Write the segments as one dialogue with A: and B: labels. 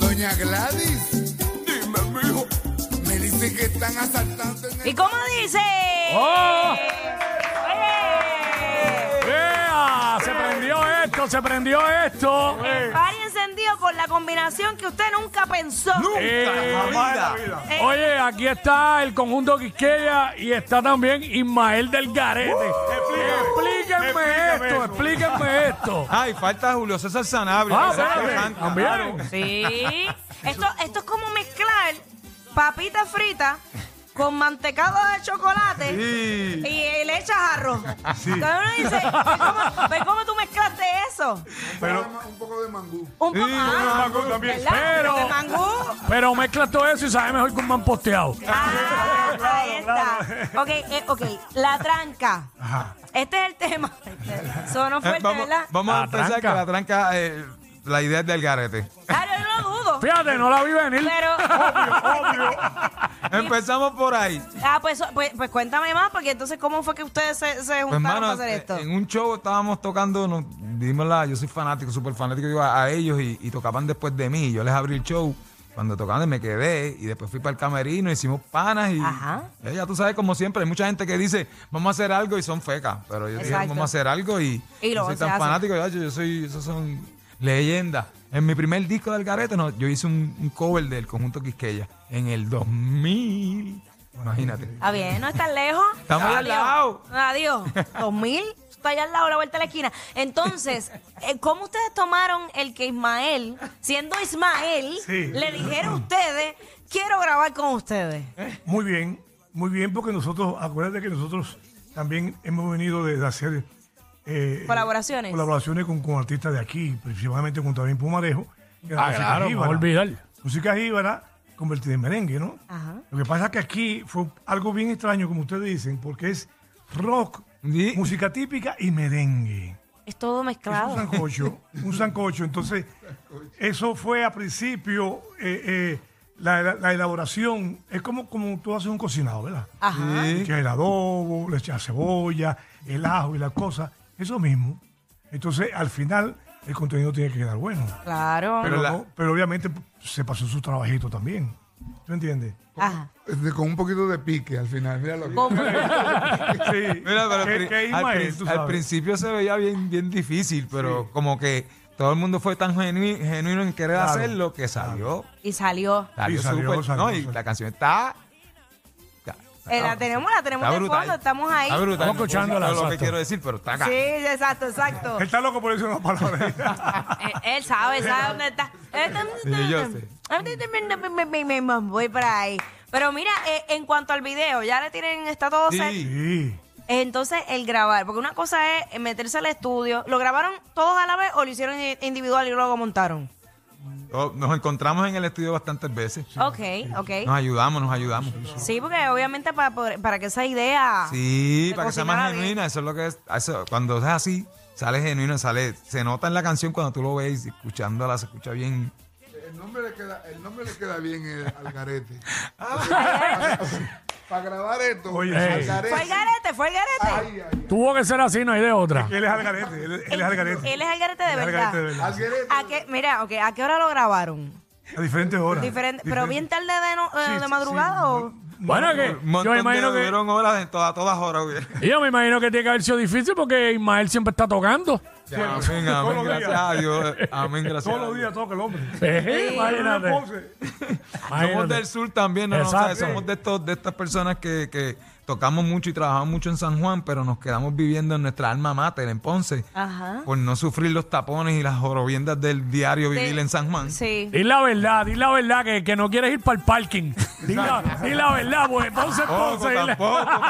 A: Doña Gladys. Dime, mijo. Me dice que están asaltando en
B: ¿Y cómo dice?
C: ¡Oh!
B: ¡Oye!
C: ¡Ea! Se prendió esto, se prendió esto.
B: Hay encendido con la combinación que usted nunca pensó.
C: Eh,
B: Eh,
C: Oye, aquí está el conjunto Quisqueya y está también Ismael del
D: Uh,
C: Garete. explíquenme, esto, explíquenme esto.
D: Ay, falta Julio César Sanabria.
C: Ah,
D: que se
C: espérate,
D: canta.
C: también.
B: Sí. Esto, esto es como mezclar papita frita con mantecado de chocolate y, y le echas arroz. Entonces uno dice, "Ve ¿cómo, ve cómo tú mezclaste eso?
A: un poco de mangú.
B: Un poco ah,
C: mangú también.
D: Eh,
B: ¿verdad?
C: Pero-
B: De mangú.
C: Pero mezcla todo eso y sabe mejor que un man posteado.
B: Ah, ahí está. Ok, eh, ok. La tranca. Este es el tema. Sonó
D: Eh,
B: fuerte,
D: vamos,
B: ¿verdad?
D: vamos
C: La
D: a pensar
C: tranca.
D: que la tranca, eh, la idea es del garete.
B: Claro, yo no lo dudo.
C: Fíjate, no la vi venir.
B: Pero,
D: Empezamos por ahí.
B: ah, pues, pues, pues cuéntame más, porque entonces, ¿cómo fue que ustedes se, se
D: Pues,
B: juntaron
D: hermano,
B: para hacer esto?
D: en un show estábamos tocando, nos dimos la- yo soy fanático, súper fanático, yo a, a ellos y, y tocaban después de mí. Yo les abrí el show. Cuando tocaban me quedé y después fui para el camerino, hicimos panas y
B: Ajá.
D: Eh, ya tú sabes, como siempre, hay mucha gente que dice, vamos a hacer algo y son fecas. Pero yo dije,
B: Exacto.
D: vamos a hacer algo y,
B: Y lo
D: yo soy
B: se
D: tan
B: hace.
D: fanático, yo, yo soy, esos son leyendas. En mi primer disco del Garete, no, yo hice un, un cover del conjunto Quisqueya en el 2000. Imagínate.
B: Ah, bien, no estás lejos.
D: Estamos al
B: Adiós.
D: lado.
B: Adiós. 2000, está allá al lado, a la vuelta de la esquina. Entonces, eh, ¿cómo ustedes tomaron el que Ismael, siendo Ismael, le dijera a ustedes, quiero grabar con ustedes?
D: ¿Eh?
E: Muy bien, muy bien, porque nosotros, acuérdate que nosotros también hemos venido de, de hacer eh,
B: Colaboraciones.
E: colaboraciones con, con artistas de aquí, principalmente con también Pumarejo. que la
C: Ah,
E: música
C: claro, me voy a
E: jíbara-
C: olvidar.
E: Música jíbara convertida en merengue, ¿no?
B: Ajá.
E: Lo que pasa es que aquí fue algo bien extraño, como ustedes dicen, porque es rock,
D: Sí.
E: música típica y merengue.
B: Es todo
E: Es
B: mezclado.
E: un sancocho, un sancocho. Entonces, eso fue a principio eh, eh, la, la- la elaboración. Es como, como tú haces un cocinado, ¿verdad?
B: Ajá.
E: Le echas el adobo, le echas cebolla, el ajo y las cosas. Eso mismo. Entonces, al final, el contenido tiene que quedar bueno.
B: Claro.
E: Pero,
D: la-
E: no- pero obviamente se pasó su trabajito también. ¿Tú entiendes?
B: Ajá.
A: Este, con un poquito de pique al final. Míralo. aquí.
B: Con-
E: Sí.
D: Mira, pero
E: ¿Qué-
D: pri-
E: qué
D: al,
E: Ismael,
D: prin-
E: tú
D: al
E: sabes?
D: principio se veía bien, bien difícil, pero como que todo el mundo fue tan genui- genuino en querer
E: Claro.
D: hacerlo que salió.
B: Y salió.
D: Salió
E: Sí, salió,
D: súper-
E: salió,
D: no, y
E: salió.
D: la canción está. está-
B: Eh, la
D: está-
B: tenemos, la tenemos
D: está
B: de
D: brutal.
B: fondo, estamos ahí.
D: Está brutal.
C: Estamos
D: No puedo decir
C: escuchándola,
D: todo lo que
C: exacto.
D: quiero decir, pero está acá.
B: Sí, exacto, exacto.
E: Él está loco por decir una palabra.
B: Eh, él sabe, sabe dónde está. Eh,
D: Sí, yo sé.
B: Voy para ahí. Pero mira, eh, en cuanto al video, ya le tienen, está todo
D: Sí.
B: set.
E: sí.
B: Entonces, el grabar, porque una cosa es eh, meterse al estudio. ¿Lo grabaron todos a la vez o lo hicieron i- individual y luego montaron?
D: Oh, Nos encontramos en el estudio bastantes veces.
B: ok, ok.
D: Nos ayudamos, nos ayudamos.
B: Sí, porque obviamente para, poder- para que esa idea.
D: Sí,
B: se
D: para que sea más
B: cocinara bien.
D: genuina, eso es lo que es. eso, cuando es así, sale genuino, sale, se nota en la canción cuando tú lo ves, escuchándola, se escucha bien.
A: El, nombre le queda, el nombre le queda bien eh, al garete. Para grabar esto,
E: Oye,
A: al
E: sí.
A: garete.
B: Fue el garete, fue el garete.
A: Ay, ay,
C: Tuvo que ser así, no hay de otra.
E: Él es Algarete. Él, él es Algarete.
B: Él es Algarete de
E: Él es
B: verdad.
E: Algarete de
A: ay. Al
E: verdad.
A: garete.
B: ¿A qué, mira, ok, ¿a qué hora lo grabaron?
E: A diferentes horas.
B: Diferente, pero bien tarde de, no- eh,
E: Ah, Sí,
B: de
E: sí,
B: madrugada
E: sí.
B: o.
C: Bueno, que
D: Un
C: yo
D: montón
C: me
D: de
C: imagino que.
D: duraron horas en todas, todas horas. güey.
C: Yo me imagino que tiene que haber sido difícil porque Ismael siempre está tocando.
D: Ya,
E: sí.
D: Amén,
E: Todos
D: amén,
E: los
D: gracias
E: días.
D: a Dios. Amén, gracias.
E: Todos
D: a
E: los
D: Dios.
E: días toca el hombre.
C: Eh, imagínate.
E: Ponce.
D: Somos
C: imagínate.
D: del sur también, ¿no? O sea,
C: Exacto.
D: somos de estos, de estas personas que, que tocamos mucho y trabajamos mucho en San Juan, pero nos quedamos viviendo en nuestra alma mater, en Ponce,
B: Ajá.
D: por no sufrir los tapones y las jorobiendas del diario vivir en San Juan.
B: Sí.
C: Di la verdad, di la verdad que, que no quieres ir para el parking. Di la, di la verdad, pues entonces,
D: Tampoco,
C: entonces. di la-
D: tampoco, tampoco.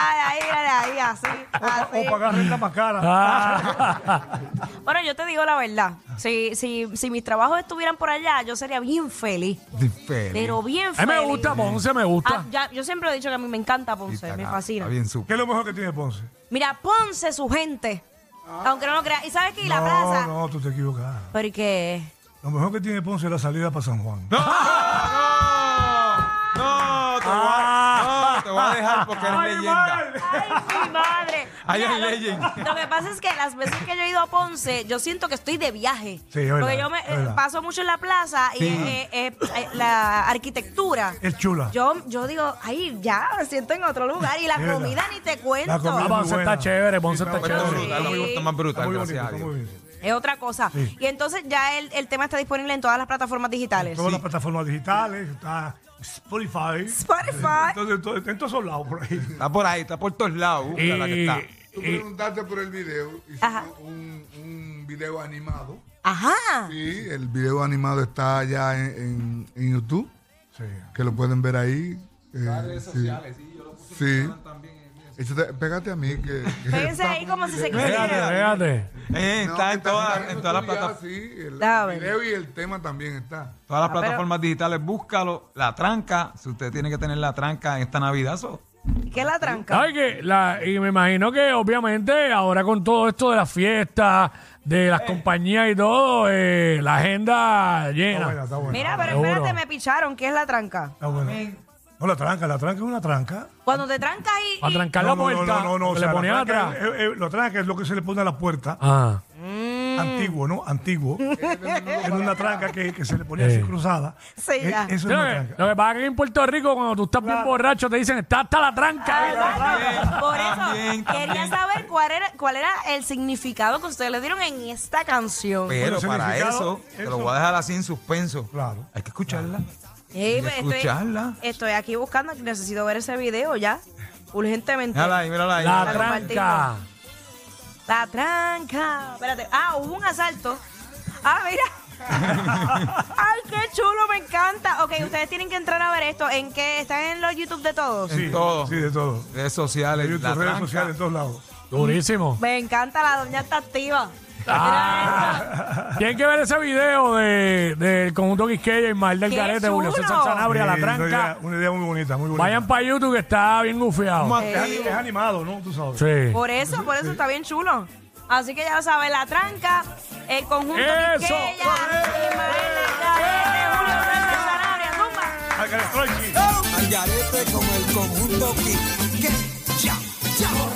B: Ay, ahí, mira, ahí, ahí, así,
E: O
B: así.
E: pagar renta más cara.
C: Ah,
B: Bueno, yo te digo la verdad. Si, si, si mis trabajos estuvieran por allá, yo sería bien feliz.
D: Feliz.
B: Pero bien
C: A mí
B: feliz.
C: me gusta, Ponce, me
B: Ah,
C: gusta.
B: ya- yo siempre he dicho que a mí me encanta
D: Y
B: Ponce,
D: está
B: me
D: acá,
B: fascina.
D: Está bien súper.
E: ¿Qué es lo mejor que tiene Ponce?
B: Mira, Ponce, su gente. Aunque no lo creas. ¿Y sabes qué? Y la
E: no,
B: plaza.
E: no, tú te equivocas.
B: Porque.
E: Lo mejor que tiene Ponce es la salida para San Juan.
D: ¡No! ¡No! ¡No! Te voy a, no, te voy a dejar porque eres
E: ¡Ay,
D: leyenda.
E: madre!
B: ¡Ay, mi madre!
D: Ay, ay,
B: lo-
D: legend.
B: Lo, que pasa es que las veces que yo he ido a Ponce, yo siento que estoy de viaje.
E: Sí, es verdad,
B: Porque yo me
E: es
B: eh,
E: verdad.
B: paso mucho en la plaza y eh, eh, eh, la arquitectura.
E: Es chula.
B: Yo, yo digo, ay, ya, me siento en otro lugar. Y la
E: Es verdad.
B: comida ni te cuento.
E: La comida
C: Ah,
E: muy
C: Ponce
E: buena.
C: está chévere, Ponce
E: Sí,
C: está
D: Pues está
B: bueno.
C: chévere.
D: brutal, no me gusta más
E: Está
D: brutal,
E: muy
D: gracias
E: bonito,
D: a
E: está muy
D: Dios.
E: bien.
B: Es otra cosa.
E: Sí.
B: Y entonces ya el, el tema está disponible en todas las plataformas digitales.
E: Todas las plataformas digitales, está Spotify.
B: Spotify.
E: Entonces, todo- en todos lados por ahí.
D: Está por ahí, está por todos lados. Busca la que
C: Y-
D: está.
A: Tú
C: y-
A: preguntaste por el video.
B: Ajá.
A: Hicimos un, un video animado.
B: Ajá.
A: Sí, el video animado está ya en, en- en YouTube,
E: Sí.
A: que lo pueden ver ahí. Eh, sí. Sí. Échate- pégate a mí que... que
B: Fíjense
A: está-
B: ahí como si se
C: Fíjate,
B: quisieran.
C: fíjate.
D: Eh,
A: No,
D: está en
A: que
D: todas
A: está
D: en todas las
A: YouTube ya,
D: plataformas.
A: Sí, el
B: Déjame ver.
A: video y el tema también está.
D: Todas las plataformas digitales, búscalo, la tranca. Si usted tiene que tener la tranca en esta Navidad, so,
B: ¿Qué es la tranca?
C: Ay, que la, y me imagino que obviamente ahora con todo esto de las fiestas, de
E: Eh.
C: las compañías y todo, eh, la agenda
E: Está buena,
C: llena.
E: está buena.
B: Mira, pero
C: Seguro.
B: espérate, me picharon. ¿Qué es la tranca?
E: Está buena. No, la tranca, la tranca es una tranca.
B: Cuando te trancas ahí.
C: Para trancar la puerta,
E: o
C: que
E: sea,
C: le
E: la eh,
C: ponían
E: tranca
C: atrás.
E: es- es- es- la tranca es lo que se le pone a la puerta.
C: Ah,
B: Mm.
E: Antiguo, ¿no? Antiguo. Era una tranca que, que se le ponía
C: Eh.
E: así cruzada.
B: Sí,
E: Eh,
B: ya.
E: Eso es
C: Lo
E: una
C: que-
E: tranca.
C: lo que pasa es que en Puerto Rico, cuando tú estás bien borracho, te dicen, está hasta la tranca.
B: Exacto. Por eso
D: también,
B: quería
D: también.
B: saber cuál era, cuál era el significado que ustedes le dieron en esta canción.
D: Pero
E: Bueno,
D: para
E: significado,
D: eso, te lo
E: eso.
D: voy a dejar así en suspenso.
E: Claro.
D: Hay que escucharla.
B: Ey, pues,
D: Hay que
B: estoy-
D: escucharla.
B: Estoy aquí buscando, necesito ver ese video ya, urgentemente.
D: Mírala ahí, mírala ahí.
C: La
B: Dale,
C: tranca.
B: Martín. La tranca. Espérate. Ah, hubo un asalto. Ah, mira. Ay, qué chulo, me encanta. Ok, ustedes tienen que entrar a ver esto. ¿En qué? ¿Están en los YouTube de todos?
D: En todo.
E: Sí, de todo.
D: Redes sociales,
E: En
D: la
E: redes
D: tranca.
E: sociales, de todos lados.
C: Durísimo.
B: Me encanta, la doña está activa.
C: Tienen que ver ese video de, del conjunto Quisqueya, Ismael del
B: ¡Qué
C: Garete, Julio César
B: chulo!
C: Sanabria, la
E: Sí, Una idea,
C: tranca.
E: una idea muy bonita, muy bonita.
C: Vayan para YouTube que está bien gufiado.
D: Vamos
E: Es,
D: acá.
E: ani- es animado, ¿no? Tú sabes.
C: Sí.
B: Por eso, por eso está bien chulo. Así que ya lo saben, la tranca, el conjunto Quisqueya,
C: ¡Eso!
B: Ismael del Garete, Julio César Sanabria, zumba.
E: Al que le estoy aquí.
F: al garete con el conjunto Quique. Ya, ya.